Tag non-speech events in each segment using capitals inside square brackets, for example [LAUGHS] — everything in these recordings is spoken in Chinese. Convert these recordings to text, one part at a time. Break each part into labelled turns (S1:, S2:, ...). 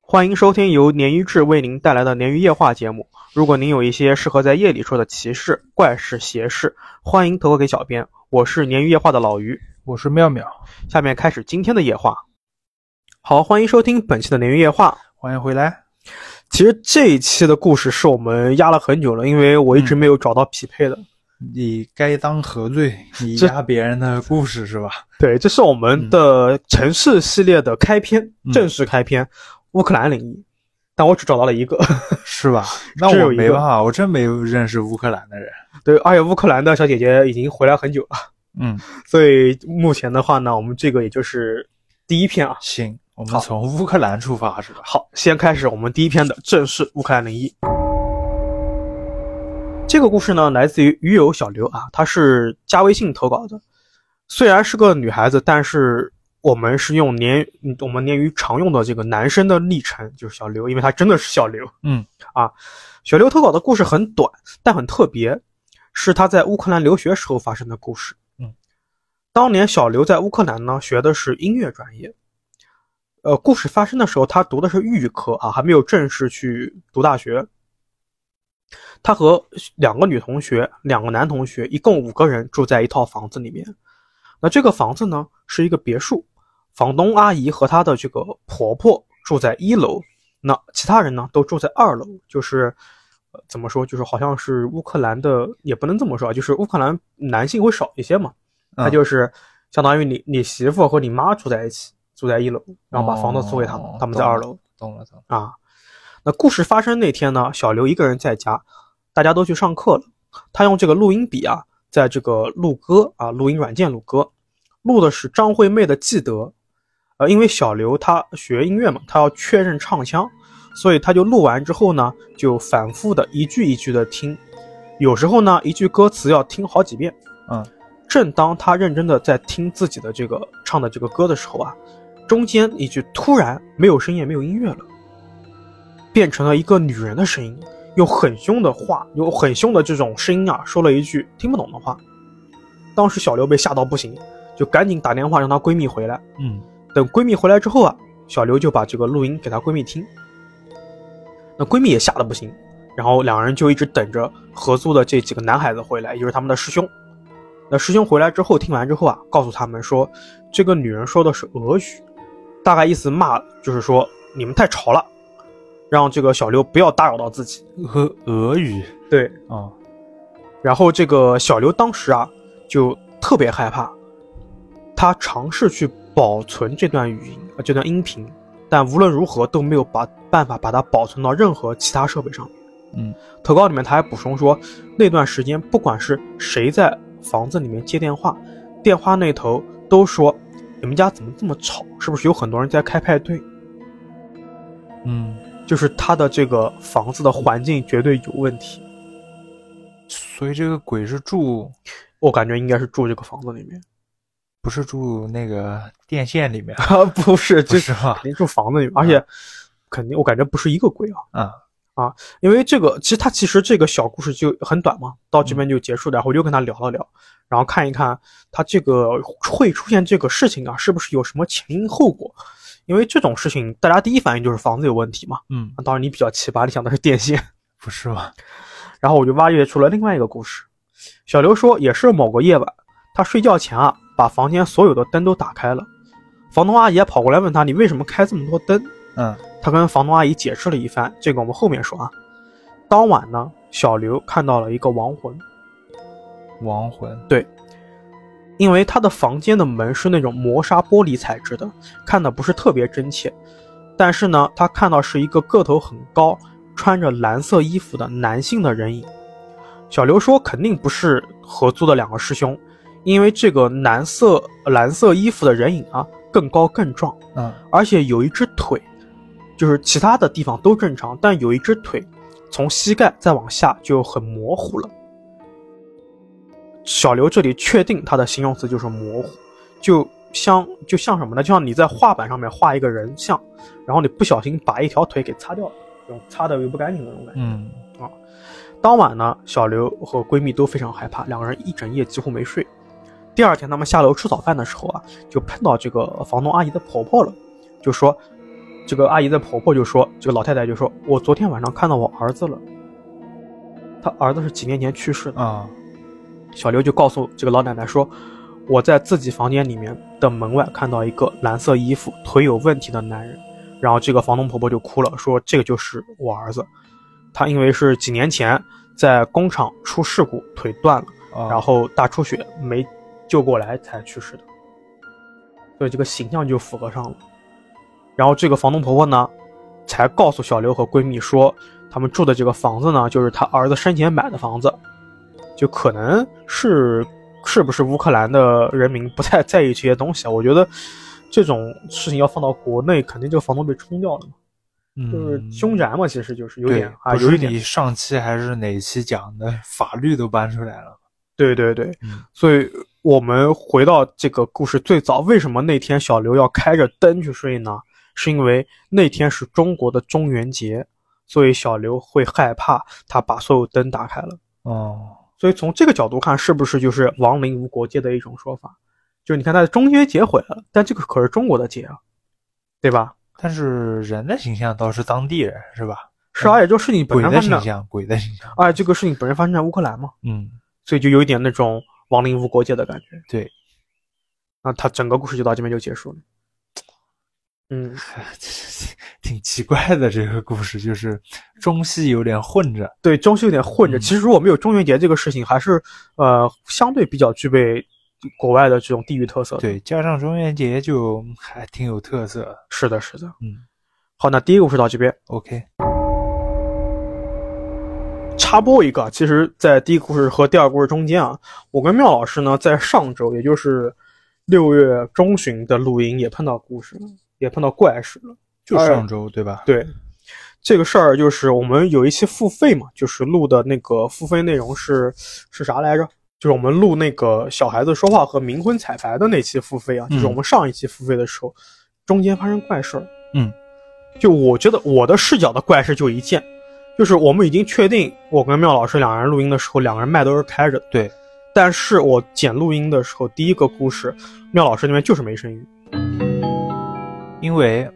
S1: 欢迎收听由鲶鱼志为您带来的鲶鱼夜话节目。如果您有一些适合在夜里说的奇事、怪事、邪事，欢迎投稿给小编。我是鲶鱼夜话的老于，
S2: 我是妙妙，
S1: 下面开始今天的夜话。好，欢迎收听本期的鲶鱼夜话。
S2: 欢迎回来。
S1: 其实这一期的故事是我们压了很久了，因为我一直没有找到匹配的。
S2: 你该当何罪？你
S1: 这
S2: 压别人的故事
S1: [LAUGHS]
S2: 是吧？
S1: 对，这是我们的城市系列的开篇，正式开篇，乌克兰领域。但我只找到了一个， [LAUGHS]
S2: 是吧？那
S1: 这
S2: 我
S1: 有一个
S2: 没办法，我真没有认识乌克兰的人。
S1: 对，而且乌克兰的小姐姐已经回来很久了。
S2: 嗯，
S1: 所以目前的话呢，我们这个也就是第一篇啊。
S2: 行，我
S1: 好
S2: 们从乌克兰出发是吧？
S1: 好，先开始我们第一篇的正式乌克兰零一。这个故事呢，来自于鱼友小刘啊，他是加微信投稿的。虽然是个女孩子，但是我们是用鲶嗯我们鲶鱼常用的这个男生的昵称，就是小刘，因为他真的是小刘。
S2: 嗯，
S1: 啊，小刘投稿的故事很短，但很特别，是他在乌克兰留学时候发生的故事。
S2: 嗯，
S1: 当年小刘在乌克兰呢学的是音乐专业，呃，故事发生的时候，他读的是预科啊，还没有正式去读大学。他和两个女同学、两个男同学，一共五个人住在一套房子里面。那这个房子呢，是一个别墅，房东阿姨和她的这个婆婆住在一楼，那其他人呢都住在二楼，就是。呃怎么说？就是好像是乌克兰的，也不能这么说啊，就是乌克兰男性会少一些嘛，他
S2: 嗯
S1: 就是相当于你你媳妇和你妈住在一起，住在一楼，然后把房子租给他们，
S2: 哦
S1: 他们在二楼
S2: 懂了，懂了。
S1: 啊。那故事发生那天呢，小刘一个人在家，大家都去上课了，他用这个录音笔啊，在这个录歌啊，录音软件录歌，录的是张惠妹的《记得》，呃，因为小刘他学音乐嘛，他要确认唱腔，所以他就录完之后呢，就反复的一句一句的听，有时候呢，一句歌词要听好几遍。
S2: 嗯，
S1: 正当他认真的在听自己的这个唱的这个歌的时候啊，中间一句突然没有声音，也没有音乐了，变成了一个女人的声音，用很凶的话，用很凶的这种声音啊，说了一句听不懂的话。当时小刘被吓到不行，就赶紧打电话让她闺蜜回来。
S2: 嗯
S1: 等闺蜜回来之后啊，小刘就把这个录音给她闺蜜听，那闺蜜也吓得不行，然后两人就一直等着合租的这几个男孩子回来，也就是他们的师兄。那师兄回来之后，听完之后啊，告诉他们说，这个女人说的是俄语，大概意思骂就是说你们太吵了，让这个小刘不要打扰到自己。
S2: 俄俄语
S1: 对，
S2: 啊，
S1: 然后这个小刘当时啊就特别害怕，他尝试去保存这段语音呃这段音频，但无论如何都没有把办法把它保存到任何其他设备上面。
S2: 嗯，
S1: 投稿里面他还补充说，那段时间不管是谁在房子里面接电话，电话那头都说你们家怎么这么吵，是不是有很多人在开派对？
S2: 嗯，
S1: 就是他的这个房子的环境绝对有问题，
S2: 所以这个鬼是住
S1: 我感觉应该是住这个房子里面。？
S2: 不是住那个电线里面
S1: [LAUGHS] 啊，不是，
S2: [LAUGHS] 不
S1: 这
S2: 是吧
S1: 肯？ [LAUGHS] 定住房子里面，而且肯定我感觉不是一个鬼啊，
S2: 啊，
S1: 因为这个其实他其实这个小故事就很短嘛，到这边就结束了，然后我就跟他聊了聊，然后看一看他这个会出现这个事情啊，是不是有什么前因后果？因为这种事情，大家第一反应就是房子有问题嘛。
S2: 嗯，
S1: 当然你比较奇葩，你想的是电线。 [LAUGHS]
S2: 不是吧？
S1: 然后我就挖掘出了另外一个故事。小刘说，也是某个夜晚，他睡觉前啊，把房间所有的灯都打开了。房东阿姨还啊跑过来问他：“你为什么开这么多灯？”
S2: 嗯
S1: 他跟房东阿姨解释了一番，这个我们后面说啊。当晚呢，小刘看到了一个亡魂，
S2: 亡魂，
S1: 因为他的房间的门是那种磨砂玻璃材质的，看的不是特别真切。但是呢，他看到是一个个头很高、穿着蓝色衣服的男性的人影。小刘说，肯定不是合租的两个师兄，因为这个蓝色蓝色衣服的人影啊，更高更壮。
S2: 嗯，
S1: 而且有一只腿，就是其他的地方都正常，但有一只腿从膝盖再往下就很模糊了。小刘这里确定他的形容词就是模糊，就像就像什么呢？就像你在画板上面画一个人像，然后你不小心把一条腿给擦掉了，这种擦的又不干净的那种感觉。
S2: 嗯，
S1: 当晚呢，小刘和闺蜜都非常害怕，两个人一整夜几乎没睡。第二天，他们下楼吃早饭的时候啊，就碰到这个房东阿姨的婆婆了，就说：“这个阿姨的婆婆就说，这个老太太就说，我昨天晚上看到我儿子了，他儿子是几年前去世的。
S2: 啊
S1: 小刘就告诉这个老奶奶说，我在自己房间里面的门外看到一个蓝色衣服、腿有问题的男人，然后这个房东婆婆就哭了，说这个就是我儿子，他因为是几年前在工厂出事故腿断了，
S2: 啊，
S1: 然后大出血没救过来才去世的，所以这个形象就符合上了。然后这个房东婆婆呢，才告诉小刘和闺蜜说，他们住的这个房子呢，就是她儿子生前买的房子，就可能是是不是乌克兰的人民不太在意这些东西啊？我觉得这种事情要放到国内，肯定这个房东被冲掉了嘛，就是
S2: 嗯
S1: 凶宅嘛，其实就是有
S2: 对
S1: 点啊，
S2: 不
S1: 有
S2: 是
S1: 一点
S2: 你上期还是哪期讲的，法律都搬出来了。
S1: 对对对，
S2: 嗯
S1: 所以我们回到这个故事最早，为什么那天小刘要开着灯去睡呢？是因为那天是中国的中元节，所以小刘会害怕，他把所有灯打开了。
S2: 哦，
S1: 所以从这个角度看，是不是就是亡灵无国界的一种说法？就是你看，他的中元节毁了，但这个可是中国的节啊，对吧？
S2: 但是人的形象倒是当地人是吧？
S1: 是啊，而且这个事情本
S2: 嗯鬼
S1: 身
S2: 的
S1: 发生
S2: 形
S1: 在，
S2: 象，鬼的形象。
S1: 而哎且这个事情本身发生在乌克兰嘛，
S2: 嗯， [LAUGHS]
S1: 所以就有一点那种亡灵无国界的感觉。
S2: 对，
S1: 那他整个故事就到这边就结束
S2: [LAUGHS]
S1: 了。嗯，
S2: 挺奇怪的这个故事，就是中西有点混着。
S1: 对，中西有点混着。
S2: 嗯
S1: 其实如果没有中元节这个事情，还是呃相对比较具备国外的这种地域特色的。
S2: 对，加上中元节就还挺有特色的。
S1: 是的，是的。
S2: 嗯
S1: 好，那第一个故事到这边，
S2: ，OK，
S1: 插播一个。其实，在第一个故事和第二个故事中间啊，我跟妙老师呢，在上周，也就是六月中旬的录音，也碰到故事了，也碰到怪事了。
S2: 就
S1: 哎
S2: 上周对吧？
S1: 对，这个事儿就是我们有一期付费嘛，就是录的那个付费内容是是啥来着？就是我们录那个小孩子说话和冥婚彩排的那期付费啊，就是我们上一期付费的时候，中间发生怪事儿。
S2: 嗯，
S1: 就我觉得我的视角的怪事就一件，就是我们已经确定我跟妙老师两人录音的时候，两个人麦都是开着的。
S2: 对，
S1: 但是我剪录音的时候，第一个故事，妙老师那边就是没声音。
S2: 因为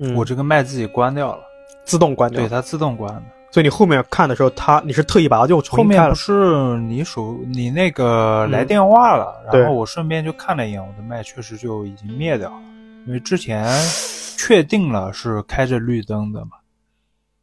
S1: 嗯，
S2: 我这个麦自己关掉了，
S1: 自动关掉
S2: 对，，它自动关的。
S1: 所以你后面看的时候，他你是特意把它又重
S2: 后
S1: 新
S2: 面
S1: 开了
S2: 不。是你手你那个
S1: 嗯
S2: 来电话了，
S1: 对
S2: 然后我顺便就看了一眼，我的麦确实就已经灭掉了，因为之前确定了是开着绿灯的嘛。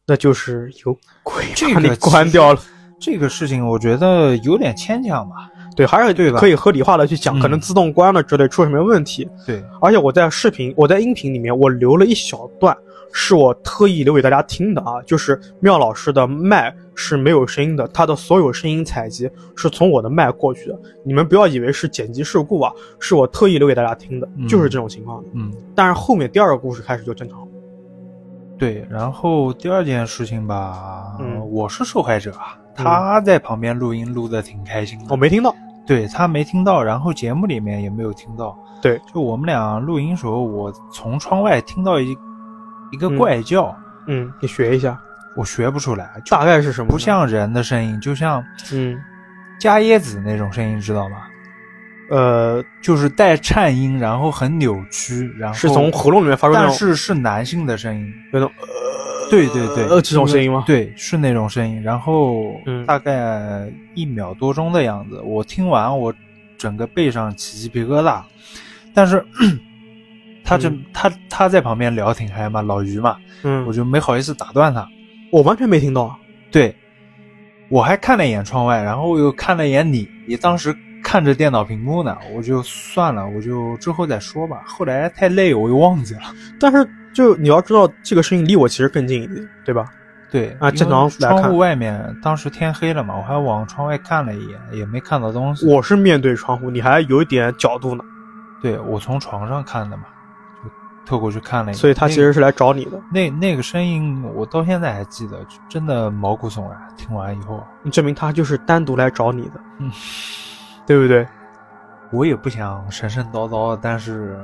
S1: 那就是有鬼
S2: 这
S1: 把
S2: 个
S1: 你
S2: 其实
S1: 关掉了。
S2: 这个事情我觉得有点牵强吧。
S1: 对，还是
S2: 对吧
S1: 可以合理化的去讲，
S2: 嗯
S1: 可能自动关了之类出了什么问题。
S2: 对，
S1: 而且我在视频，我在音频里面，我留了一小段，是我特意留给大家听的啊，就是妙老师的麦是没有声音的，他的所有声音采集是从我的麦过去的。你们不要以为是剪辑事故啊，是我特意留给大家听的，
S2: 嗯
S1: 就是这种情况。
S2: 嗯，
S1: 但是后面第二个故事开始就正常了。
S2: 对。然后第二件事情吧，
S1: 嗯
S2: 我是受害者啊，他在旁边录音录的挺开心的，
S1: 我没听到，
S2: 对他没听到，然后节目里面也没有听到。
S1: 对，
S2: 就我们俩录音时候，我从窗外听到一一个
S1: 嗯
S2: 怪叫，
S1: 嗯，你学一下，
S2: 我学不出来，就
S1: 大概是什么呢？
S2: 不像人的声音，就像
S1: 嗯，
S2: 加椰子那种声音，知道吗？
S1: 呃，
S2: 就是带颤音，然后很扭曲，然后
S1: 是从喉咙里面发出那
S2: 但
S1: 种
S2: 是是男性的声音，
S1: 那种
S2: 对对对，
S1: 呃这种声音吗
S2: 对，是那种声音。然后
S1: 嗯
S2: 大概一秒多钟的样子，我听完我整个背上起鸡皮疙瘩。但是 [CLEARS THROAT] 他这、
S1: 嗯
S2: 他他在旁边聊挺嗨嘛，老于嘛，
S1: 嗯，
S2: 我
S1: 我
S2: 就没好意思打断他。
S1: 我完全没听到啊。
S2: 对，我还看了一眼窗外，然后我又看了一眼你，你当时看着电脑屏幕呢，我就算了，我就之后再说吧。后来太累，我又忘记了。
S1: 但是就你要知道，这个声音离我其实更近一点，对吧？
S2: 对
S1: 啊
S2: 因为
S1: 正常来看
S2: 窗户外面当时天黑了嘛，我还往窗外看了一眼，也没看到东西。
S1: 我是面对窗户，你还有一点角度呢，
S2: 对我从床上看的嘛，就透过去看了一眼。
S1: 所以他其实是来找你的。
S2: 哎那那那个声音，我到现在还记得，就真的毛骨悚然。听完以后，
S1: 证明他就是单独来找你的，
S2: 嗯，
S1: 对不对？
S2: 我也不想神神叨叨，但是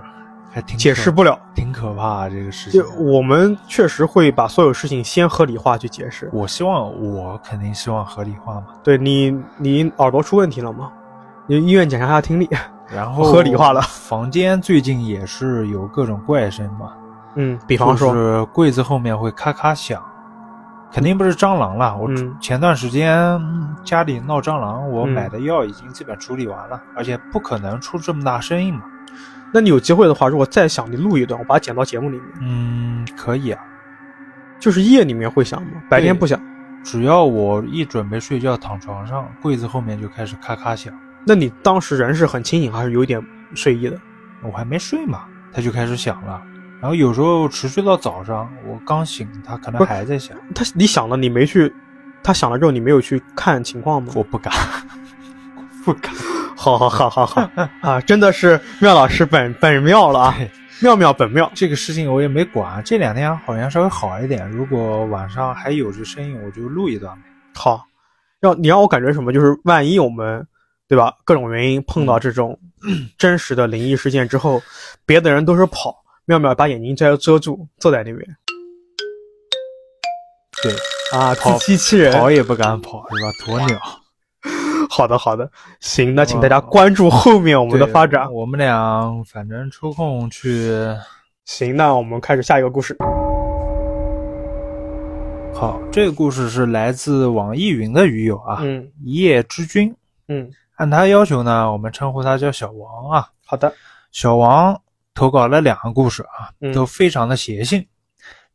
S2: 还挺可
S1: 解释不了。
S2: 挺可怕、这个事情
S1: 就。我们确实会把所有事情先合理化去解释。
S2: 我希望我肯定希望合理化嘛，
S1: 对你，你耳朵出问题了吗？你医院检查一下听力。
S2: 然后
S1: 合理化了
S2: 房间最近也是有各种怪声嘛，
S1: 嗯，比方说，
S2: 就是柜子后面会咔咔响，肯定不是蟑螂了。我
S1: 嗯
S2: 前段时间嗯家里闹蟑螂，我
S1: 嗯
S2: 买的药已经基本处理完了，而且不可能出这么大声音嘛。
S1: 那你有机会的话，如果再响，你录一段，我把它剪到节目里面。
S2: 嗯，可以啊，
S1: 就是夜里面会响吗？白天不响？
S2: 只要我一准备睡觉，躺床上，柜子后面就开始咔咔响，
S1: 那你当时人是很清醒，还是有一点睡意的？
S2: 我还没睡嘛，它就开始响了。然后有时候持续到早上，我刚醒，它可能
S1: 不是
S2: 还在响，
S1: 他你想了，你没去，他想了之后你没有去看情况吗？
S2: 我
S1: [LAUGHS]
S2: 不敢，不敢。
S1: 好好好好好啊！真的是妙老师本本妙了啊
S2: 对，
S1: 妙妙本妙。
S2: 这个事情我也没管，啊这两天好像稍微好一点。如果晚上还有这声音，我就录一段呗。
S1: 好，让你让我感觉什么？就是万一我们对吧，各种原因碰到这
S2: [CLEARS THROAT]
S1: 种真实的灵异事件之后，别的人都是跑，妙妙把眼睛遮遮住，坐在那边
S2: 对，
S1: 啊，自
S2: 跑
S1: 欺欺人。
S2: 跑也不敢跑，是吧？鸵鸟。
S1: [LAUGHS] 好的，好的，行，那请大家
S2: 哦
S1: 关注后面我
S2: 我
S1: 们的发展。
S2: 我们俩反正抽空去。
S1: 行，那我们开始下一个故事。
S2: 好，这个故事是来自网易云的鱼友啊，
S1: 嗯
S2: 一夜之君。
S1: 嗯，
S2: 按他要求呢，我们称呼他叫小王啊。
S1: 好的，
S2: 小王投稿了两个故事啊，
S1: 嗯
S2: 都非常的邪性。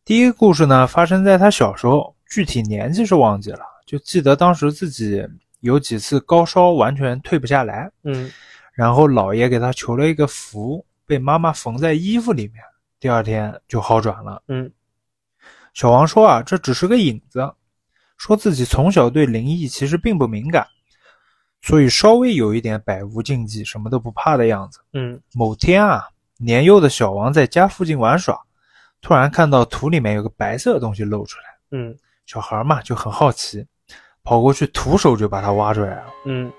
S2: 第一个故事呢，发生在他小时候，具体年纪是忘记了，就记得当时自己有几次高烧完全退不下来，
S1: 嗯
S2: 然后姥爷给他求了一个符，被妈妈缝在衣服里面，第二天就好转了。
S1: 嗯
S2: 小王说啊，这只是个影子，说自己从小对灵异其实并不敏感，所以稍微有一点百无禁忌，什么都不怕的样子。
S1: 嗯
S2: 某天啊，年幼的小王在家附近玩耍，突然看到土里面有个白色的东西露出来，
S1: 嗯
S2: 小孩嘛就很好奇，跑过去徒手就把它挖出来了。
S1: 嗯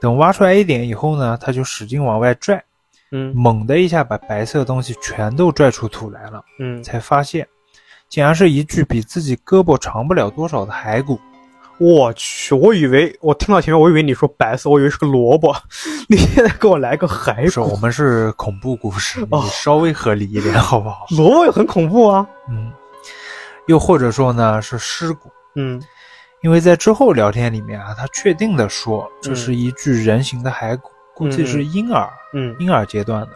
S2: 等挖出来一点以后呢，他就使劲往外拽，
S1: 嗯
S2: 猛的一下把白色的东西全都拽出土来了，
S1: 嗯，
S2: 才发现，竟然是一具比自己胳膊长不了多少的骸骨。
S1: 我去，我以为我听到前面，我以为你说白色，我以为是个萝卜，你现在给我来个
S2: 不
S1: 海
S2: 是，我们是恐怖故事，
S1: 哦
S2: 你稍微合理一点好不好？
S1: 萝卜也很恐怖啊。
S2: 嗯， [LAUGHS] 又或者说呢是尸骨。
S1: 嗯
S2: 因为在之后聊天里面啊，他确定的说这是一具人形的骸骨，估计是婴儿、
S1: 嗯
S2: 婴儿阶段的。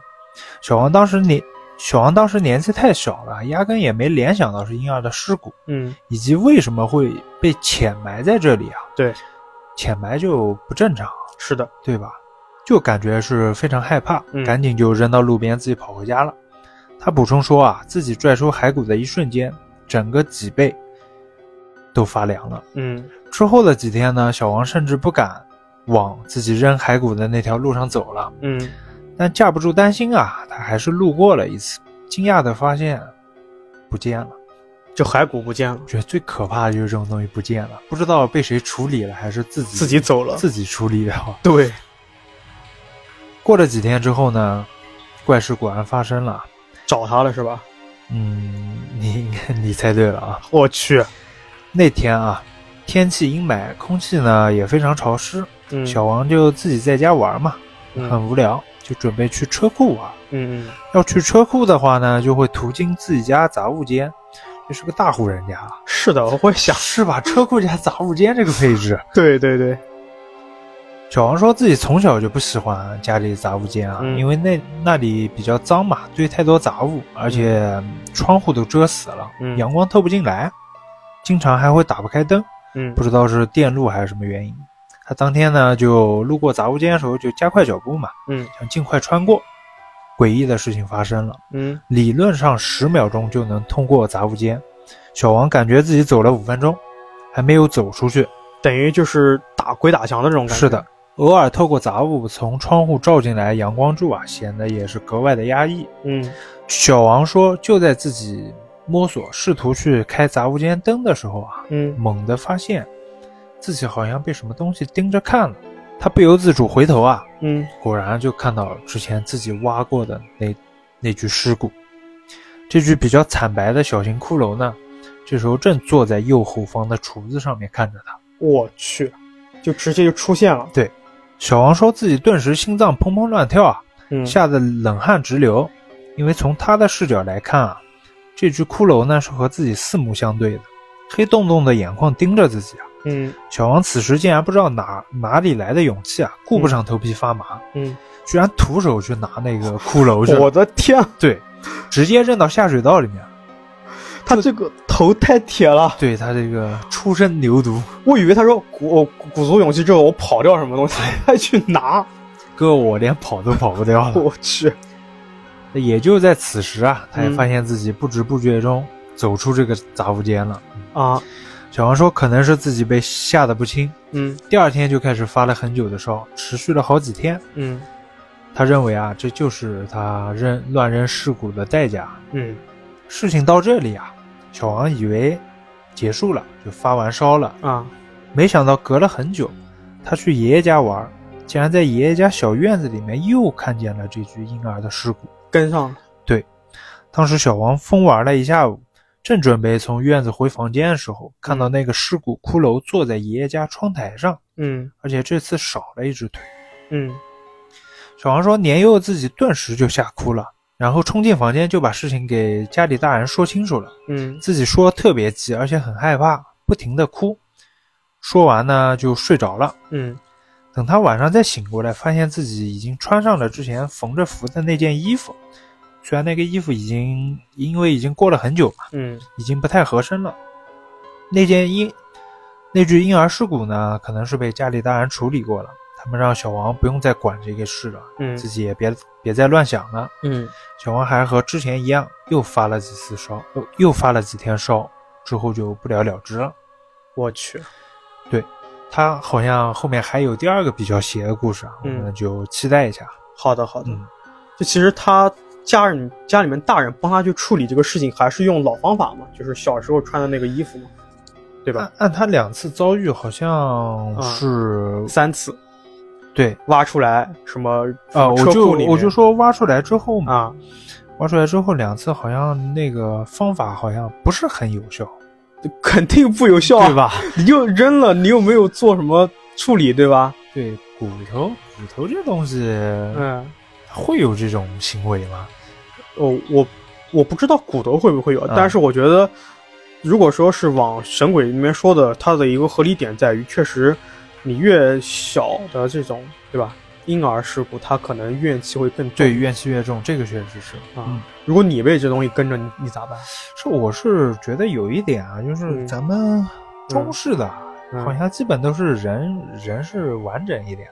S2: 小王当时年小王当时年纪太小了，压根也没联想到是婴儿的尸骨，
S1: 嗯
S2: 以及为什么会被潜埋在这里啊？
S1: 对，
S2: 潜埋就不正常，
S1: 是的，
S2: 对吧？就感觉是非常害怕，
S1: 嗯
S2: 赶紧就扔到路边，自己跑回家了。他补充说啊，自己拽出骸骨的一瞬间，整个脊背都发凉了。
S1: 嗯
S2: 之后的几天呢，小王甚至不敢往自己扔骸骨的那条路上走了。
S1: 嗯
S2: 但架不住担心啊，他还是路过了一次，惊讶的发现不见了。
S1: 就骸骨不见了
S2: 我，觉得最可怕的就是这种东西不见了，不知道被谁处理了，还是自己
S1: 自己走了。
S2: 自己处理的。
S1: 对，
S2: 过了几天之后呢，怪事果然发生了。
S1: 找他了是吧？
S2: 嗯，你应该你猜对了啊。
S1: 我去，
S2: 那天啊，天气阴霾，空气呢也非常潮湿，
S1: 嗯，
S2: 小王就自己在家玩嘛。
S1: 嗯
S2: 很无聊，就准备去车库玩。
S1: 嗯嗯
S2: 要去车库的话呢，就会途经自己家杂物间，这是个大户人家，
S1: 是的，我会想，
S2: 是吧？车库加杂物间这个配置，
S1: [LAUGHS] 对对对，
S2: 小王说自己从小就不喜欢家里杂物间啊，
S1: 嗯
S2: 因为那那里比较脏嘛，堆太多杂物，而且窗户都遮死了，
S1: 嗯
S2: 阳光透不进来，经常还会打不开灯，
S1: 嗯
S2: 不知道是电路还是什么原因。他当天呢就路过杂物间的时候就加快脚步嘛，
S1: 嗯
S2: 想尽快穿过。诡异的事情发生了，
S1: 嗯
S2: 理论上十秒钟就能通过杂物间。小王感觉自己走了五分钟，还没有走出去。
S1: 等于就是打鬼打墙的这种感觉。
S2: 是的，，偶尔透过杂物从窗户照进来阳光柱啊，显得也是格外的压抑。
S1: 嗯
S2: 小王说，就在自己摸索试图去开杂物间灯的时候啊，
S1: 嗯
S2: 猛地发现自己好像被什么东西盯着看了。他不由自主回头啊，
S1: 嗯
S2: 果然就看到之前自己挖过的那那具尸骨。这具比较惨白的小型骷髅呢，这时候正坐在右后方的厨子上面看着他。
S1: 我去，就直接就出现了。
S2: 小王说自己顿时心脏砰砰乱跳啊，
S1: 嗯
S2: 吓得冷汗直流，因为从他的视角来看啊，这只骷髅呢是和自己四目相对的，黑洞洞的眼眶盯着自己啊。
S1: 嗯
S2: 小王此时竟然不知道哪哪里来的勇气啊，顾不上头皮发麻，
S1: 嗯，
S2: 居然徒手去拿那个骷髅去
S1: 我
S2: 了，
S1: 的天，啊
S2: 对，直接扔到下水道里面。
S1: 他这个头太铁了，
S2: 对他这个初生牛犊， [LAUGHS]
S1: 我以为他说鼓鼓足勇气之后我跑掉什么东西， [LAUGHS] 还去拿，
S2: 哥我连跑都跑不
S1: [LAUGHS]
S2: 掉了。
S1: 我去，
S2: 也就在此时啊，他也
S1: 嗯
S2: 发现自己不知不觉中走出这个杂物间了。
S1: 啊，
S2: 小王说，可能是自己被吓得不轻，
S1: 嗯
S2: 第二天就开始发了很久的烧，持续了好几天。
S1: 嗯
S2: 他认为啊，这就是他扔乱扔尸骨的代价。
S1: 嗯
S2: 事情到这里啊，小王以为结束了，就发完烧了。
S1: 啊，
S2: 没想到隔了很久，他去爷爷家玩，竟然在爷爷家小院子里面又看见了这具婴儿的尸骨。
S1: 跟上了，
S2: 当时小王疯玩了一下午，正准备从院子回房间的时候，看到那个尸骨骷髅坐在爷爷家窗台上，
S1: 嗯
S2: 而且这次少了一只腿。
S1: 嗯
S2: 小王说，年幼自己顿时就吓哭了，然后冲进房间就把事情给家里大人说清楚了。
S1: 嗯
S2: 自己说特别急，而且很害怕，不停的哭。说完呢就睡着了。
S1: 嗯
S2: 等他晚上再醒过来，发现自己已经穿上了之前缝着符的那件衣服，虽然那个衣服已经因为已经过了很久嘛，
S1: 嗯
S2: 已经不太合身了。那件婴那具婴儿尸骨呢，可能是被家里大人处理过了，他们让小王不用再管这个事了，
S1: 嗯
S2: 自己也别别再乱想了。
S1: 嗯
S2: 小王还和之前一样，又发了几次烧，呃又发了几天烧，之后就不了了之了。
S1: 我去，
S2: 他好像后面还有第二个比较邪的故事啊，我
S1: 嗯
S2: 们就期待一下。
S1: 好的好的，
S2: 嗯
S1: 就其实他家人家里面大人帮他去处理这个事情，还是用老方法嘛，就是小时候穿的那个衣服嘛，对吧？啊
S2: 按按他两次遭遇，好像是、
S1: 三次
S2: 对
S1: 挖出来什么
S2: 啊、
S1: 什么
S2: 我
S1: 车
S2: 就
S1: 库里面
S2: 我就说挖出来之后嘛，
S1: 啊，
S2: 挖出来之后两次好像那个方法好像不是很有效，
S1: 肯定不有效啊
S2: 对，吧？
S1: 你就扔了，你又没有做什么处理，对吧？
S2: 对骨头骨头这东西、
S1: 嗯，
S2: 会有这种行为吗？
S1: 我呃我我不知道骨头会不会有，
S2: 嗯
S1: 但是我觉得，如果说是往神鬼里面说的，它的一个合理点在于，确实你越小的这种，对吧？婴儿事故，它可能怨气会更重。
S2: 对，怨气越重，这个确实是
S1: 啊、
S2: 嗯
S1: 如果你被这东西跟着你，你咋办？
S2: 是，我是觉得有一点啊，就是
S1: 嗯
S2: 咱们中式的啊，
S1: 嗯
S2: 好像基本都是人人是完整一点，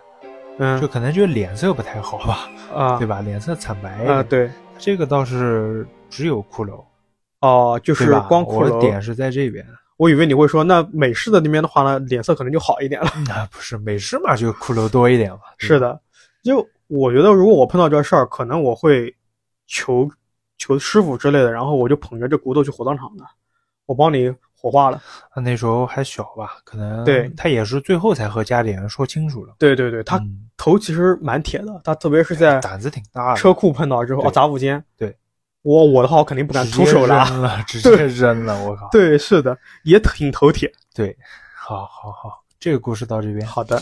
S1: 嗯
S2: 就可能就脸色不太好吧，
S1: 啊
S2: 对吧？脸色惨白一
S1: 啊
S2: 点。
S1: 对
S2: 这个倒是只有骷髅，
S1: 哦、就是
S2: 对吧？
S1: 光
S2: 我
S1: 骷
S2: 的
S1: 髅。
S2: 点是在这边，
S1: 我以为你会说，那美式的那边的话呢，脸色可能就好一点了。
S2: 那嗯啊不是美式嘛，就骷髅多一点嘛。对吧
S1: 是，的，就我觉得，如果我碰到这事儿，可能我会求求师傅之类的，然后我就捧着这骨头去火葬场的，我帮你火化了。
S2: 他那时候还小吧，可能
S1: 对
S2: 他也是最后才和家里人说清楚了。
S1: 对对对，他
S2: 嗯哎
S1: 头其实蛮铁的，他特别是在
S2: 胆子挺大的，
S1: 车库碰到之后，
S2: 对
S1: 哦，杂物间。
S2: 对，
S1: 我我的话，我肯定不敢
S2: 直接
S1: 徒手拉。
S2: 扔了，直接扔了，我
S1: [LAUGHS]
S2: 靠！
S1: 对，是的，也挺头铁。
S2: 对，好好好，这个故事到这边。
S1: 好的。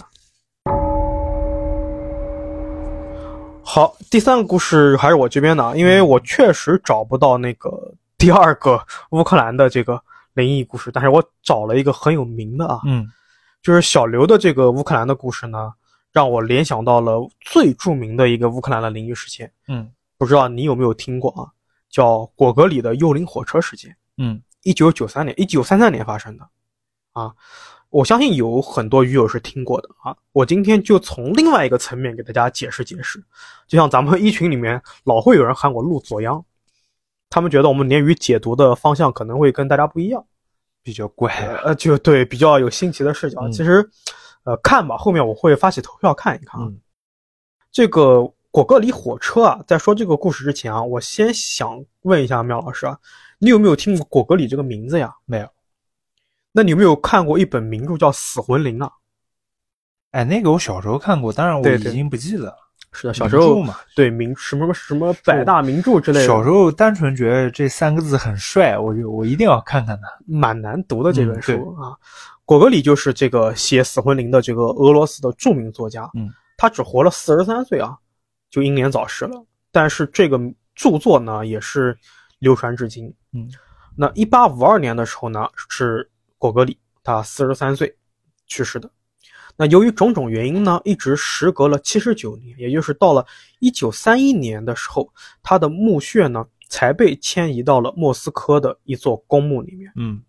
S1: 好，第三个故事还是我这边的啊，因为我确实找不到那个第二个乌克兰的这个灵异故事，但是我找了一个很有名的啊，
S2: 嗯
S1: 就是小刘的这个乌克兰的故事呢，让我联想到了最著名的一个乌克兰的灵异事件，
S2: 嗯
S1: 不知道你有没有听过啊？叫果戈里的幽灵火车事件。
S2: 嗯
S1: 一九九三年、一九三三年发生的啊，我相信有很多鱼友是听过的啊。我今天就从另外一个层面给大家解释解释，就像咱们一群里面老会有人喊我陆左央，他们觉得我们鲶鱼解读的方向可能会跟大家不一样，，
S2: 比较怪啊。
S1: 呃，就对比较有新奇的视角。
S2: 嗯
S1: 其实，呃，看吧，后面我会发起投票看一看啊。
S2: 嗯
S1: 这个果戈里火车啊，在说这个故事之前啊，我先想问一下苗老师啊，你有没有听过果戈里这个名字呀？
S2: 没有。
S1: 那你有没有看过一本名著叫《死魂灵》啊？
S2: 哎，那个我小时候看过，但是我
S1: 对
S2: 已
S1: 对
S2: 经不记得了。
S1: 是的，
S2: 名
S1: 小时候
S2: 著嘛，
S1: 对名什么什么百大名著之类的，
S2: 小时候单纯觉得这三个字很帅，我就我一定要看看它。
S1: 蛮难读的这本
S2: 嗯
S1: 书啊。果戈里就是这个写《死魂灵》的这个俄罗斯的著名作家，
S2: 嗯，
S1: 他只活了四十三岁啊，就英年早逝了。但是这个著作呢，也是流传至今。
S2: 嗯
S1: 那一八五二年的时候呢，是果戈里他四十三岁去世的。那由于种种原因呢，一直时隔了七十九年，也就是到了一九三一年的时候，他的墓穴呢才被迁移到了莫斯科的一座公墓里面。
S2: 嗯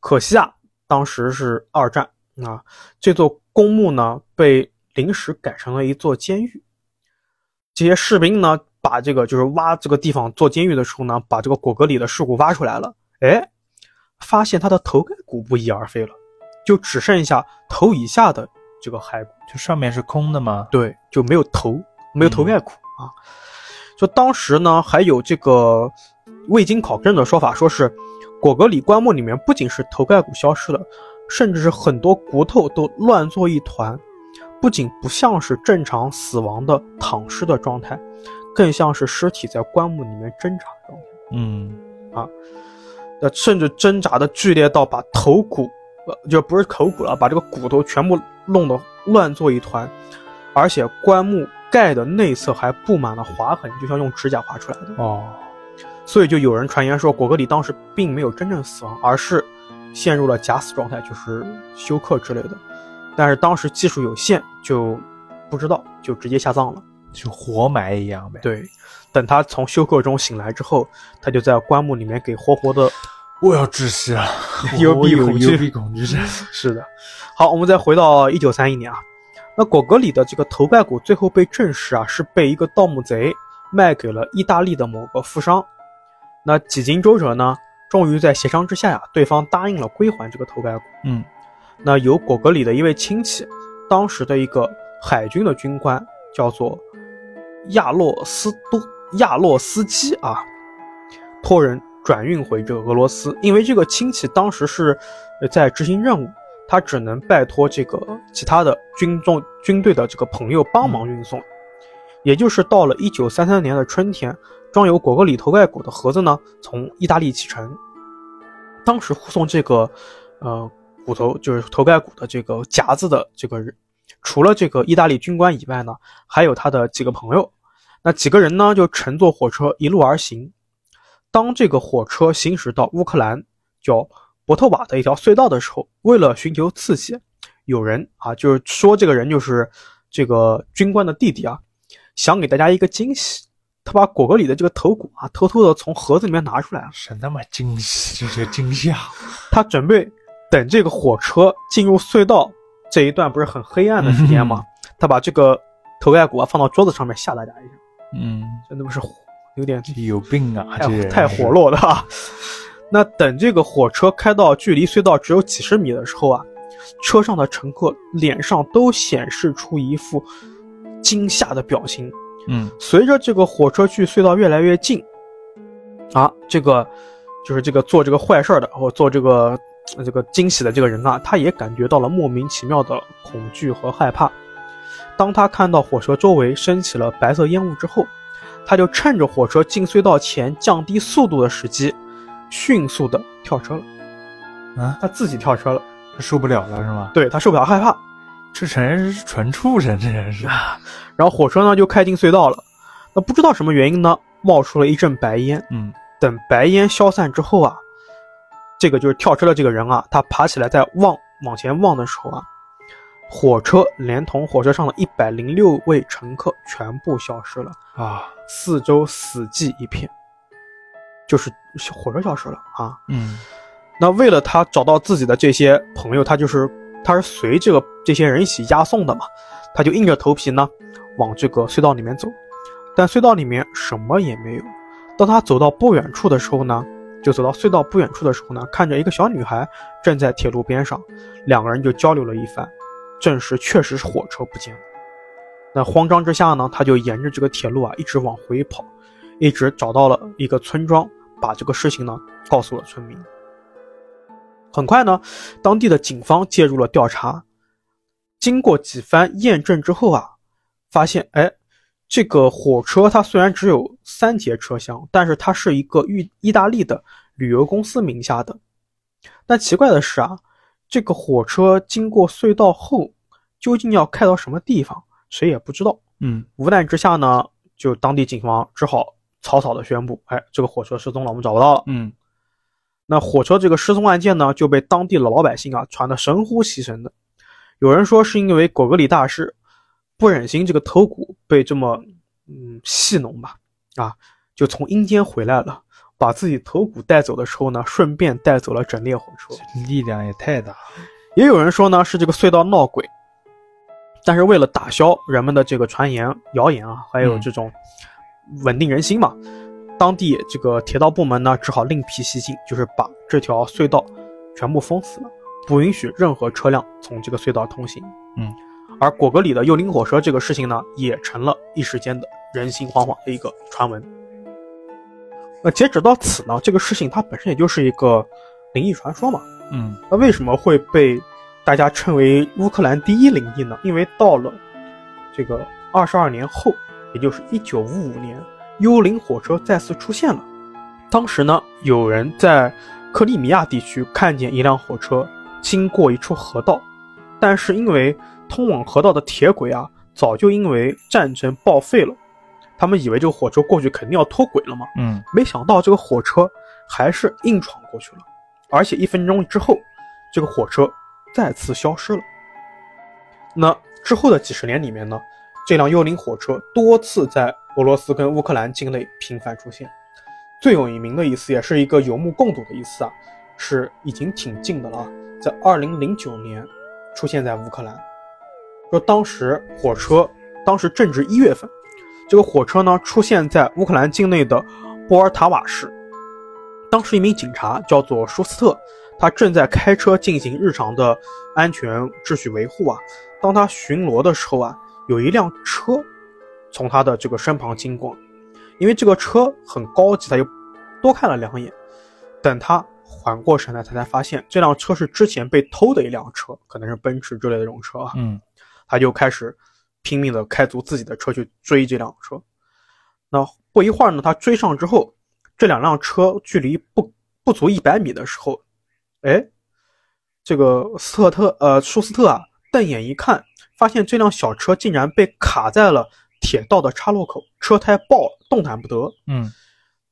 S1: 可惜啊，当时是二战啊，这座公墓呢被临时改成了一座监狱。这些士兵呢，把这个就是挖这个地方做监狱的时候呢，把这个果戈里的尸骨挖出来了，哎，发现他的头盖骨不翼而飞了，就只剩下头以下的这个骸骨。
S2: 就上面是空的吗？
S1: 对，就没有头，没有头盖骨、啊。就当时呢，还有这个未经考证的说法，说是果戈里棺木里面不仅是头盖骨消失了，甚至是很多骨头都乱作一团，不仅不像是正常死亡的躺尸的状态，更像是尸体在棺木里面挣扎的状态。
S2: 嗯
S1: 呃，甚至挣扎的剧烈到把头骨，呃，就不是头骨了，把这个骨头全部弄得乱作一团，而且棺木盖的内侧还布满了划痕，就像用指甲划出来的。
S2: 哦
S1: 所以就有人传言说，果戈里当时并没有真正死亡，而是陷入了假死状态，就是休克之类的。但是当时技术有限，就不知道，就直接下葬了。
S2: 就活埋一样呗。，
S1: 对，等他从休克中醒来之后，他就在棺木里面给活活的
S2: 我要窒息 [LAUGHS] 了，
S1: 幽
S2: 我
S1: 闭
S2: 有
S1: 恐
S2: 幽
S1: 惧
S2: 闭恐惧症。
S1: [LAUGHS] 是的，好，我们再回到一九三一年啊，那果戈里的这个头盖骨最后被证实啊，是被一个盗墓贼卖给了意大利的某个富商。那几经周折呢，终于在协商之下呀、对方答应了归还这个头盖骨。
S2: 嗯
S1: 那由果戈里的一位亲戚，当时的一个海军的军官，叫做亚洛斯多亚洛斯基啊，托人转运回这个俄罗斯。因为这个亲戚当时是呃在执行任务，他只能拜托这个其他的军中军队的这个朋友帮忙运送。也就是到了一九三三年的春天，装有果戈里头盖骨的盒子呢，从意大利启程。当时护送这个，呃，骨头就是头盖骨的这个夹子的这个人，除了这个意大利军官以外呢，还有他的几个朋友。那几个人呢，就乘坐火车一路而行。当这个火车行驶到乌克兰叫伯特瓦的一条隧道的时候，为了寻求刺激，有人啊，就是说这个人就是这个军官的弟弟啊，想给大家一个惊喜，他把果戈里的这个头骨啊，偷偷的从盒子里面拿出来了。
S2: [LAUGHS]
S1: 啊
S2: 神他妈惊喜，这就惊吓。
S1: 他准备等这个火车进入隧道这一段不是很黑暗的时间吗？他把这个头盖骨啊放到桌子上面吓大家一下，
S2: [LAUGHS] 嗯，
S1: 真的不是火有点
S2: 有病啊！这
S1: 太
S2: 人
S1: 太
S2: 是
S1: 活。络了啊！那等这个火车开到距离隧道只有几十米的时候啊，车上的乘客脸上都显示出一副惊吓的表情。
S2: 嗯
S1: 随着这个火车距隧道越来越近，啊，这个就是这个做这个坏事儿的或做这个呃这个惊喜的这个人啊，他也感觉到了莫名其妙的恐惧和害怕。当他看到火车周围升起了白色烟雾之后，他就趁着火车进隧道前降低速度的时机，迅速的跳车了。
S2: 啊，
S1: 他自己跳车了，
S2: 他受不了了是吗？
S1: 对他受不了害怕，
S2: 这成人是纯畜生，这人是。
S1: 然后火车呢就开进隧道了。那不知道什么原因呢，冒出了一阵白烟。
S2: 嗯
S1: 等白烟消散之后啊，这个就是跳车的这个人啊，他爬起来在望往前望的时候啊，火车连同火车上的一百零六位乘客全部消失了，
S2: 啊，
S1: 四周死寂一片，就是火车消失了啊。
S2: 嗯
S1: 那为了他找到自己的这些朋友，他就是他是随这个这些人一起押送的嘛，他就硬着头皮呢往这个隧道里面走，但隧道里面什么也没有。当他走到不远处的时候呢，就走到隧道不远处的时候呢，看着一个小女孩站在铁路边上，两个人就交流了一番，证实确实是火车不见了。那慌张之下呢，他就沿着这个铁路啊一直往回跑，一直找到了一个村庄，把这个事情呢告诉了村民。很快呢，当地的警方介入了调查。经过几番验证之后啊，发现哎，这个火车它虽然只有三节车厢，但是它是一个意意大利的旅游公司名下的。但奇怪的是啊，这个火车经过隧道后，究竟要开到什么地方，谁也不知道。
S2: 嗯
S1: 无奈之下呢，就当地警方只好草草的宣布，哎，这个火车失踪了，我们找不到了。
S2: 嗯
S1: 那火车这个失踪案件呢，就被当地的老百姓啊传得神乎其神的。有人说是因为狗格里大师不忍心这个头骨被这么嗯戏弄吧，啊，就从阴间回来了，把自己头骨带走的时候呢，顺便带走了整列火车。
S2: 力量也太大了。
S1: 也有人说呢是这个隧道闹鬼，但是为了打消人们的这个传言、谣言啊，还有
S2: 嗯
S1: 这种稳定人心嘛，当地这个铁道部门呢只好另辟蹊径，就是把这条隧道全部封死了，不允许任何车辆从这个隧道通行。
S2: 嗯，
S1: 而果戈里的幽灵火车这个事情呢，也成了一时间的人心惶惶的一个传闻。那截止到此呢，这个事情它本身也就是一个灵异传说嘛，
S2: 嗯
S1: 那为什么会被大家称为乌克兰第一灵地呢？因为到了这个二十二年后，也就是一九五五年，幽灵火车再次出现了。当时呢，有人在克里米亚地区看见一辆火车经过一处河道，但是因为通往河道的铁轨啊，早就因为战争报废了，他们以为这个火车过去肯定要脱轨了嘛，
S2: 嗯，
S1: 没想到这个火车还是硬闯过去了，而且一分钟之后，这个火车再次消失了。那之后的几十年里面呢，这辆幽灵火车多次在俄罗斯跟乌克兰境内频繁出现。最有名的一次，也是一个有目共睹的一次啊，是已经挺近的了啊，在二零零九年出现在乌克兰。说当时火车，当时正值一月份，这个火车呢出现在乌克兰境内的波尔塔瓦市。当时一名警察叫做舒斯特，他正在开车进行日常的安全秩序维护啊。当他巡逻的时候啊，有一辆车从他的这个身旁经过，因为这个车很高级，他就多看了两眼。等他缓过神来，他才发现这辆车是之前被偷的一辆车，可能是奔驰之类的这种车啊。
S2: 嗯
S1: 他就开始拼命的开足自己的车去追这辆车。那不一会儿呢，他追上之后，这两辆车距离不不足一百米的时候，哎，这个斯特特呃舒斯特啊，瞪眼一看，发现这辆小车竟然被卡在了铁道的岔路口，车胎爆了，动弹不得。
S2: 嗯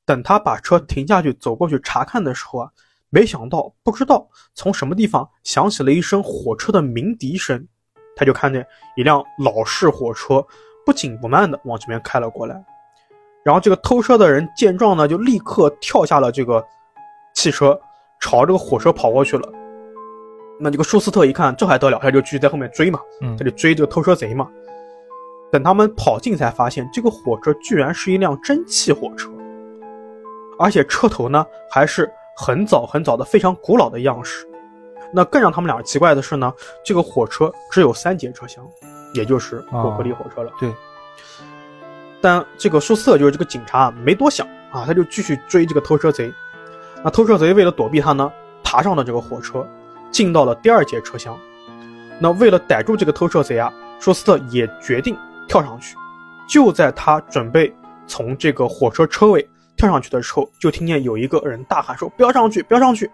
S1: 等他把车停下去走过去查看的时候啊，没想到不知道从什么地方响起了一声火车的鸣笛声，他就看见一辆老式火车不紧不慢的往这边开了过来。然后这个偷车的人见状呢，就立刻跳下了这个汽车，朝这个火车跑过去了。那这个舒斯特一看，这还得了，他就继续在后面追嘛。
S2: 嗯
S1: 他，就追这个偷车贼嘛。等他们跑近才发现，这个火车居然是一辆蒸汽火车，而且车头呢还是很早很早的非常古老的样式。那更让他们俩奇怪的是呢，这个火车只有三节车厢，也就是果戈里火车了。
S2: 对，
S1: 但这个舒斯特就是这个警察啊没多想啊，他就继续追这个偷车贼。那偷车贼为了躲避他呢，爬上了这个火车，进到了第二节车厢。那为了逮住这个偷车贼啊，舒斯特也决定跳上去。就在他准备从这个火车车尾跳上去的时候，就听见有一个人大喊说：“不要上去，不要上去！”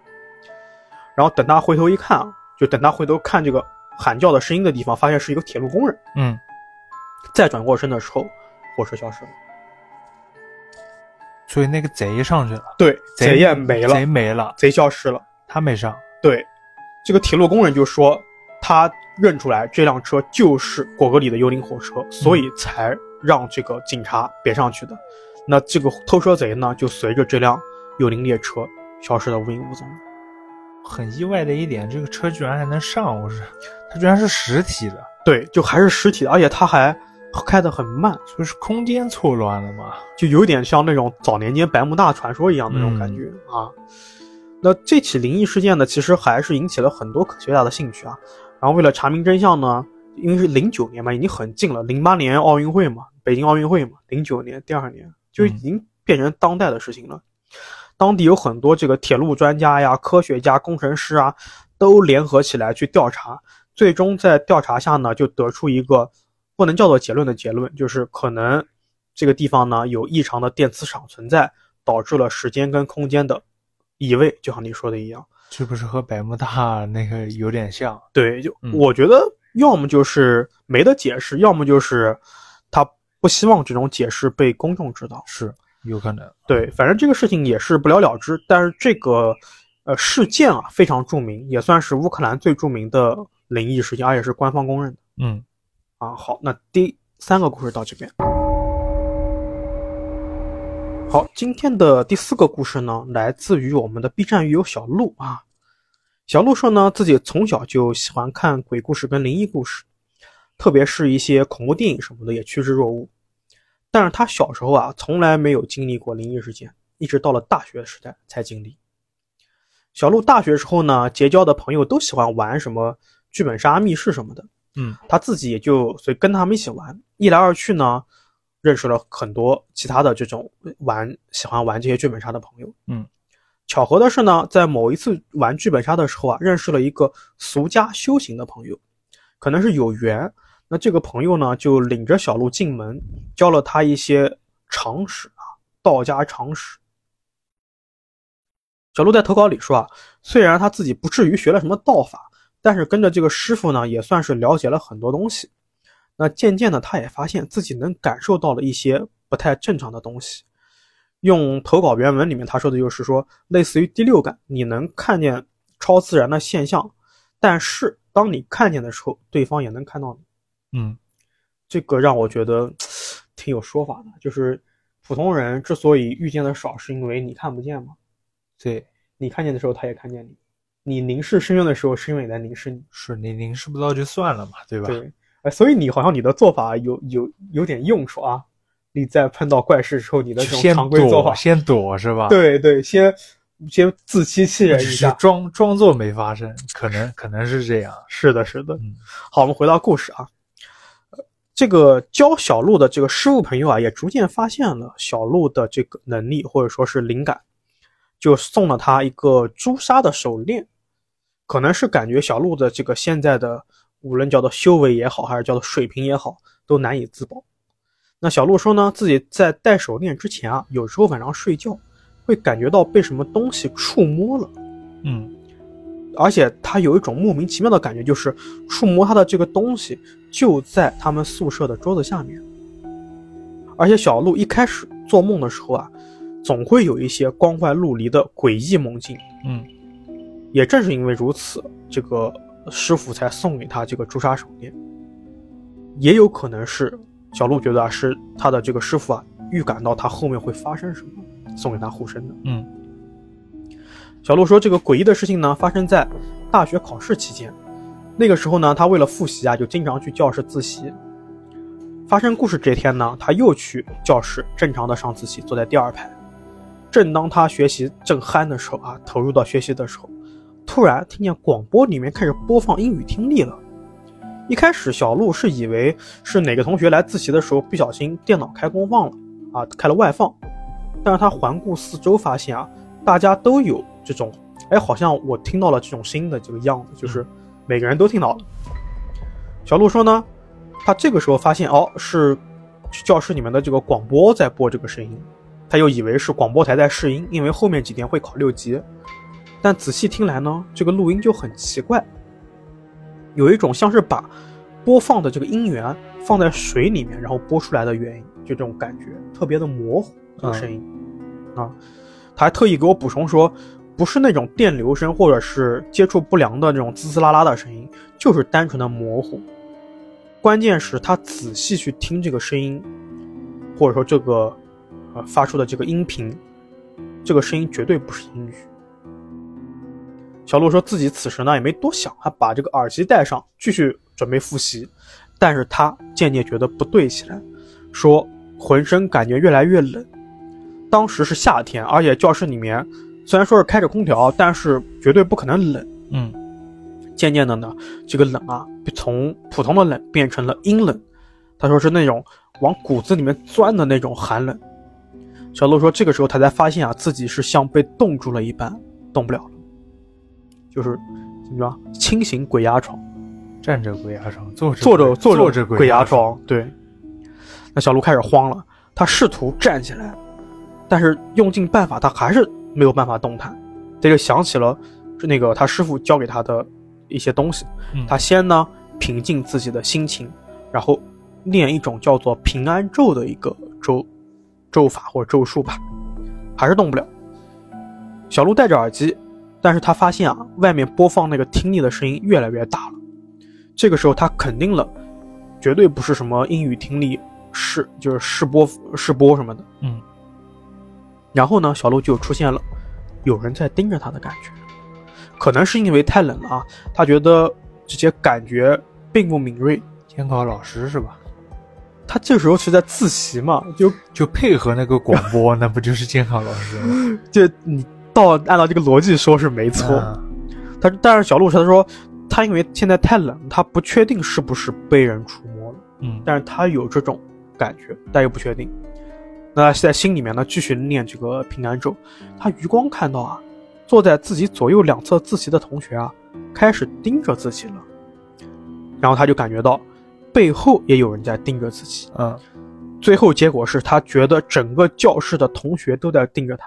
S1: 然后等他回头一看啊，就等他回头看这个喊叫的声音的地方，发现是一个铁路工人。
S2: 嗯，
S1: 再转过身的时候，火车消失了。
S2: 所以那个贼上去了，
S1: 对，
S2: 贼
S1: 也没了，
S2: 贼没了，
S1: 贼消失了。
S2: 他没上。
S1: 对，这个铁路工人就说他认出来这辆车就是果戈里的幽灵火
S2: 嗯
S1: 车，所以才让这个警察别上去的。那这个偷车贼呢，就随着这辆幽灵列车消失的无影无踪了。
S2: 很意外的一点，这个车居然还能上，我是，它居然是实体的，
S1: 对，就还是实体的，而且它还开得很慢，
S2: 就是空间错乱了嘛。
S1: 就有点像那种早年间百慕大传说一样的那种感觉、啊。那这起灵异事件呢，其实还是引起了很多科学家的兴趣啊。然后为了查明真相呢，因为是零九年嘛，已经很近了，零八年奥运会嘛，北京奥运会嘛，零九年第二年就已经变成当代的事情了。当地有很多这个铁路专家呀、科学家、工程师啊，都联合起来去调查，最终在调查下呢，就得出一个不能叫做结论的结论，就是可能这个地方呢有异常的电磁场存在，导致了时间跟空间的移位，就像你说的一样。
S2: 是不是和百慕大 [LAUGHS] 那个有点像？
S1: 对，就、
S2: 嗯
S1: 我觉得，要么就是没得解释，要么就是他不希望这种解释被公众知道。
S2: 是有可能。
S1: 对，反正这个事情也是不了了之，但是这个呃事件啊非常著名，也算是乌克兰最著名的灵异事件，而且是官方公认的
S2: 嗯
S1: 啊。好，那第三个故事到这边。好，今天的第四个故事呢，来自于我们的 B 站鱼友小鹿啊。小鹿说呢，自己从小就喜欢看鬼故事跟灵异故事，特别是一些恐怖电影什么的也趋之若鹜。但是他小时候啊，从来没有经历过灵异事件，一直到了大学时代才经历。小鹿大学时候呢，结交的朋友都喜欢玩什么剧本杀、密室什么的，
S2: 嗯
S1: 他自己也就随跟他们一起玩，一来二去呢，认识了很多其他的这种玩喜欢玩这些剧本杀的朋友。
S2: 嗯，
S1: 巧合的是呢，在某一次玩剧本杀的时候啊，认识了一个俗家修行的朋友，可能是有缘。那这个朋友呢，就领着小鹿进门，教了他一些常识啊，道家常识。小鹿在投稿里说啊，虽然他自己不至于学了什么道法，但是跟着这个师傅呢，也算是了解了很多东西。那渐渐的，他也发现自己能感受到了一些不太正常的东西。用投稿原文里面他说的就是说，类似于第六感，你能看见超自然的现象，但是当你看见的时候，对方也能看到你。
S2: 嗯
S1: 这个让我觉得挺有说法的，就是普通人之所以遇见的少，是因为你看不见嘛。
S2: 对，
S1: 你看见的时候，他也看见你；你凝视深渊的时候，深渊也在凝视你。
S2: 是你凝视不到就算了嘛，对吧？
S1: 对，呃，所以你好像你的做法有有有点用处啊。你在碰到怪事之后，你的
S2: 就
S1: 这种
S2: 先
S1: 常规做
S2: 躲，
S1: 法，
S2: 先躲是吧？，
S1: 对对，先先自欺欺人一
S2: 只是
S1: 下。
S2: 装装作没发生，可能可能是这样。
S1: 是的，是的。
S2: 嗯
S1: 好，我们回到故事啊。呃这个教小鹿的这个师傅朋友啊，也逐渐发现了小鹿的这个能力或者说是灵感，就送了他一个朱砂的手链，可能是感觉小鹿的这个现在的无论叫做修为也好，还是叫做水平也好，都难以自保。那小鹿说呢，自己在戴手链之前啊，有时候晚上睡觉会感觉到被什么东西触摸了。
S2: 嗯
S1: 而且他有一种莫名其妙的感觉，就是触摸他的这个东西就在他们宿舍的桌子下面。而且小鹿一开始做梦的时候啊，总会有一些光怪陆离的诡异梦境。
S2: 嗯
S1: 也正是因为如此，这个师傅才送给他这个朱砂手链。也有可能是小鹿觉得啊，是他的这个师傅啊预感到他后面会发生什么，送给他护身的。
S2: 嗯
S1: 小鹿说，这个诡异的事情呢，发生在大学考试期间。那个时候呢，他为了复习啊，就经常去教室自习。发生故事这天呢，他又去教室正常的上自习，坐在第二排。正当他学习正酣的时候啊，投入到学习的时候，突然听见广播里面开始播放英语听力了。一开始，小鹿是以为是哪个同学来自习的时候不小心电脑开功放了啊，开了外放。但是他环顾四周，发现啊，大家都有这种，哎，好像我听到了这种新的这个样子，就是每个人都听到了。小鹿说呢，他这个时候发现哦，是教室里面的这个广播在播这个声音，他又以为是广播台在试音，因为后面几天会考六级。但仔细听来呢，这个录音就很奇怪，有一种像是把播放的这个音源放在水里面，然后播出来的原因，就这种感觉特别的模糊，这个声音、啊。他还特意给我补充说，不是那种电流声或者是接触不良的那种滋滋啦啦的声音，就是单纯的模糊。关键是他仔细去听这个声音，或者说这个呃发出的这个音频，这个声音绝对不是英语。小鹿说自己此时呢也没多想，还把这个耳机戴上，继续准备复习。但是他渐渐觉得不对起来，说浑身感觉越来越冷。当时是夏天，而且教室里面虽然说是开着空调，但是绝对不可能冷。
S2: 嗯
S1: 渐渐的呢，这个冷啊，从普通的冷变成了阴冷。他说是那种往骨子里面钻的那种寒冷。小鹿说，这个时候他才发现啊，自己是像被冻住了一般，动不了了，就是怎么着，清醒鬼压床。
S2: 站着鬼压床，坐着
S1: 坐着
S2: 坐
S1: 坐
S2: 着
S1: 鬼
S2: 压
S1: 压，床。对，那小鹿开始慌了，他试图站起来，但是用尽办法，他还是没有办法动弹。他就想起了那个他师傅教给他的一些东西，
S2: 嗯
S1: 他先呢平静自己的心情，然后念一种叫做平安咒的一个咒咒法或者咒术吧，还是动不了。小鹿戴着耳机，但是他发现啊，外面播放那个听力的声音越来越大了。这个时候他肯定了，绝对不是什么英语听力试，就是试播试播什么的。
S2: 嗯。
S1: 然后呢，小鹿就出现了有人在盯着他的感觉，可能是因为太冷了啊，他觉得这些感觉并不敏锐。
S2: 监考老师是吧？
S1: 他这时候是在自习嘛，就
S2: 就配合那个广
S1: [LAUGHS]
S2: 播，那不就是监考老师吗？
S1: 就你到按照这个逻辑说是没错，
S2: 嗯
S1: 他但是小鹿他说他因为现在太冷，他不确定是不是被人触摸了，
S2: 嗯，
S1: 但是他有这种感觉，但又不确定。那在心里面呢，继续念这个平安咒。他余光看到啊，坐在自己左右两侧自习的同学啊，开始盯着自己了。然后他就感觉到背后也有人在盯着自己。
S2: 嗯，
S1: 最后结果是他觉得整个教室的同学都在盯着他。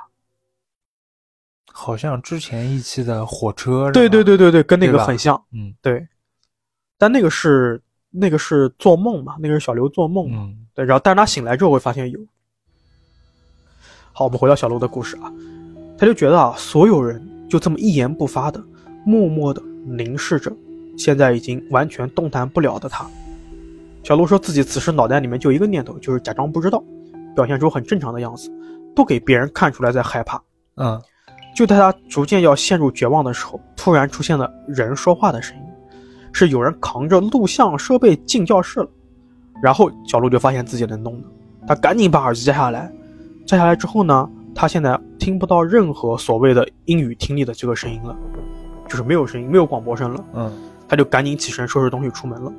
S2: 好像之前一期的火车是吧，
S1: 对对对对对，跟那
S2: 对
S1: 个
S2: 吧
S1: 很像。
S2: 嗯，
S1: 对，但那个是那个是做梦嘛，那个是小刘做梦嘛。
S2: 嗯
S1: 对，然后但是他醒来之后会发现有。好，我们回到小刘的故事啊，他就觉得啊，所有人就这么一言不发的，默默的凝视着，现在已经完全动弹不了的他。小卢说自己此时脑袋里面就一个念头，就是假装不知道，表现出很正常的样子，不给别人看出来在害怕。
S2: 嗯，
S1: 就在他逐渐要陷入绝望的时候，突然出现了人说话的声音，是有人扛着录像设备进教室了。然后小鹿就发现自己能动了，他赶紧把耳机摘下来。摘下来之后呢，他现在听不到任何所谓的英语听力的这个声音了，就是没有声音，没有广播声了。
S2: 嗯，
S1: 他就赶紧起身收拾东西出门了。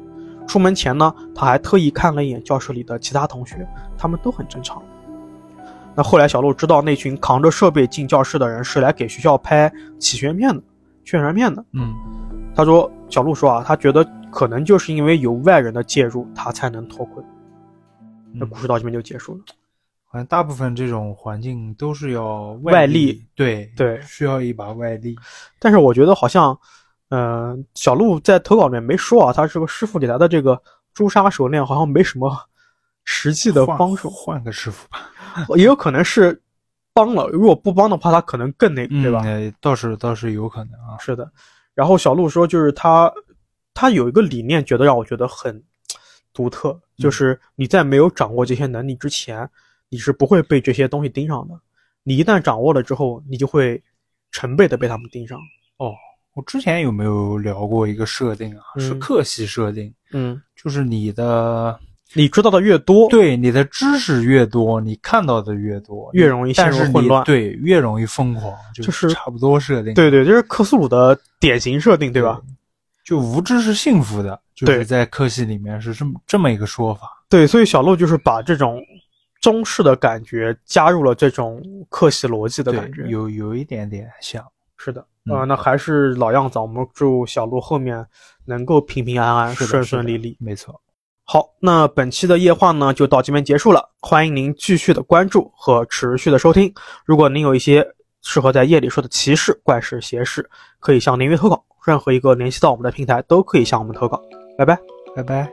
S1: 出门前呢，他还特意看了一眼教室里的其他同学，他们都很正常。那后来小鹿知道那群扛着设备进教室的人是来给学校拍起宣片的、宣传片的。
S2: 嗯，
S1: 他说，小鹿说啊，他觉得可能就是因为有外人的介入，他才能脱困。那
S2: 嗯
S1: 故事到这边就结束了。
S2: 好像大部分这种环境都是要
S1: 外
S2: 力
S1: 力，
S2: 对
S1: 对
S2: 需要一把外力。
S1: 但是我觉得好像，嗯、小鹿在投稿里面没说啊，他这个师傅给他的这个朱砂手链好像没什么实际的
S2: 换
S1: 帮助。
S2: 换个师傅吧，
S1: 也有可能是帮了，如果不帮的话，他可能更那个，对吧？
S2: 嗯？呃倒是倒是有可能啊。
S1: 是的。然后小鹿说，就是他，他有一个理念，觉得让我觉得很独特，
S2: 嗯
S1: 就是你在没有掌握这些能力之前，你是不会被这些东西盯上的。你一旦掌握了之后，你就会成倍的被他们盯上。
S2: 我之前有没有聊过一个设定啊？
S1: 嗯
S2: 是克系设定，
S1: 嗯，
S2: 就是你的
S1: 你知道的越多，
S2: 对你的知识越多，你看到的越多，
S1: 越容易陷
S2: 但
S1: 入
S2: 是你
S1: 混乱。
S2: 对，越容易疯狂，就
S1: 就是
S2: 差不多设定，
S1: 对对，这是克苏鲁的典型设定，对吧？？
S2: 就无知是幸福的，就
S1: 对
S2: 是在克系里面是这么这么一个说法。
S1: 对，所以小鹿就是把这种中式的感觉加入了这种克系逻辑的
S2: 对
S1: 感觉。，
S2: 有有一点点像。
S1: 是的，
S2: 嗯
S1: 啊、那还是老样子啊，我们祝小鹿后面能够平平安安、
S2: 是的
S1: 啊顺顺
S2: 是的
S1: 利利。
S2: 没错，
S1: 好，那本期的夜话呢就到这边结束了，欢迎您继续的关注和持续的收听。如果您有一些适合在夜里说的奇事、怪事、邪事，可以向林约投稿，任何一个联系到我们的平台都可以向我们投稿。拜拜。
S2: 拜拜。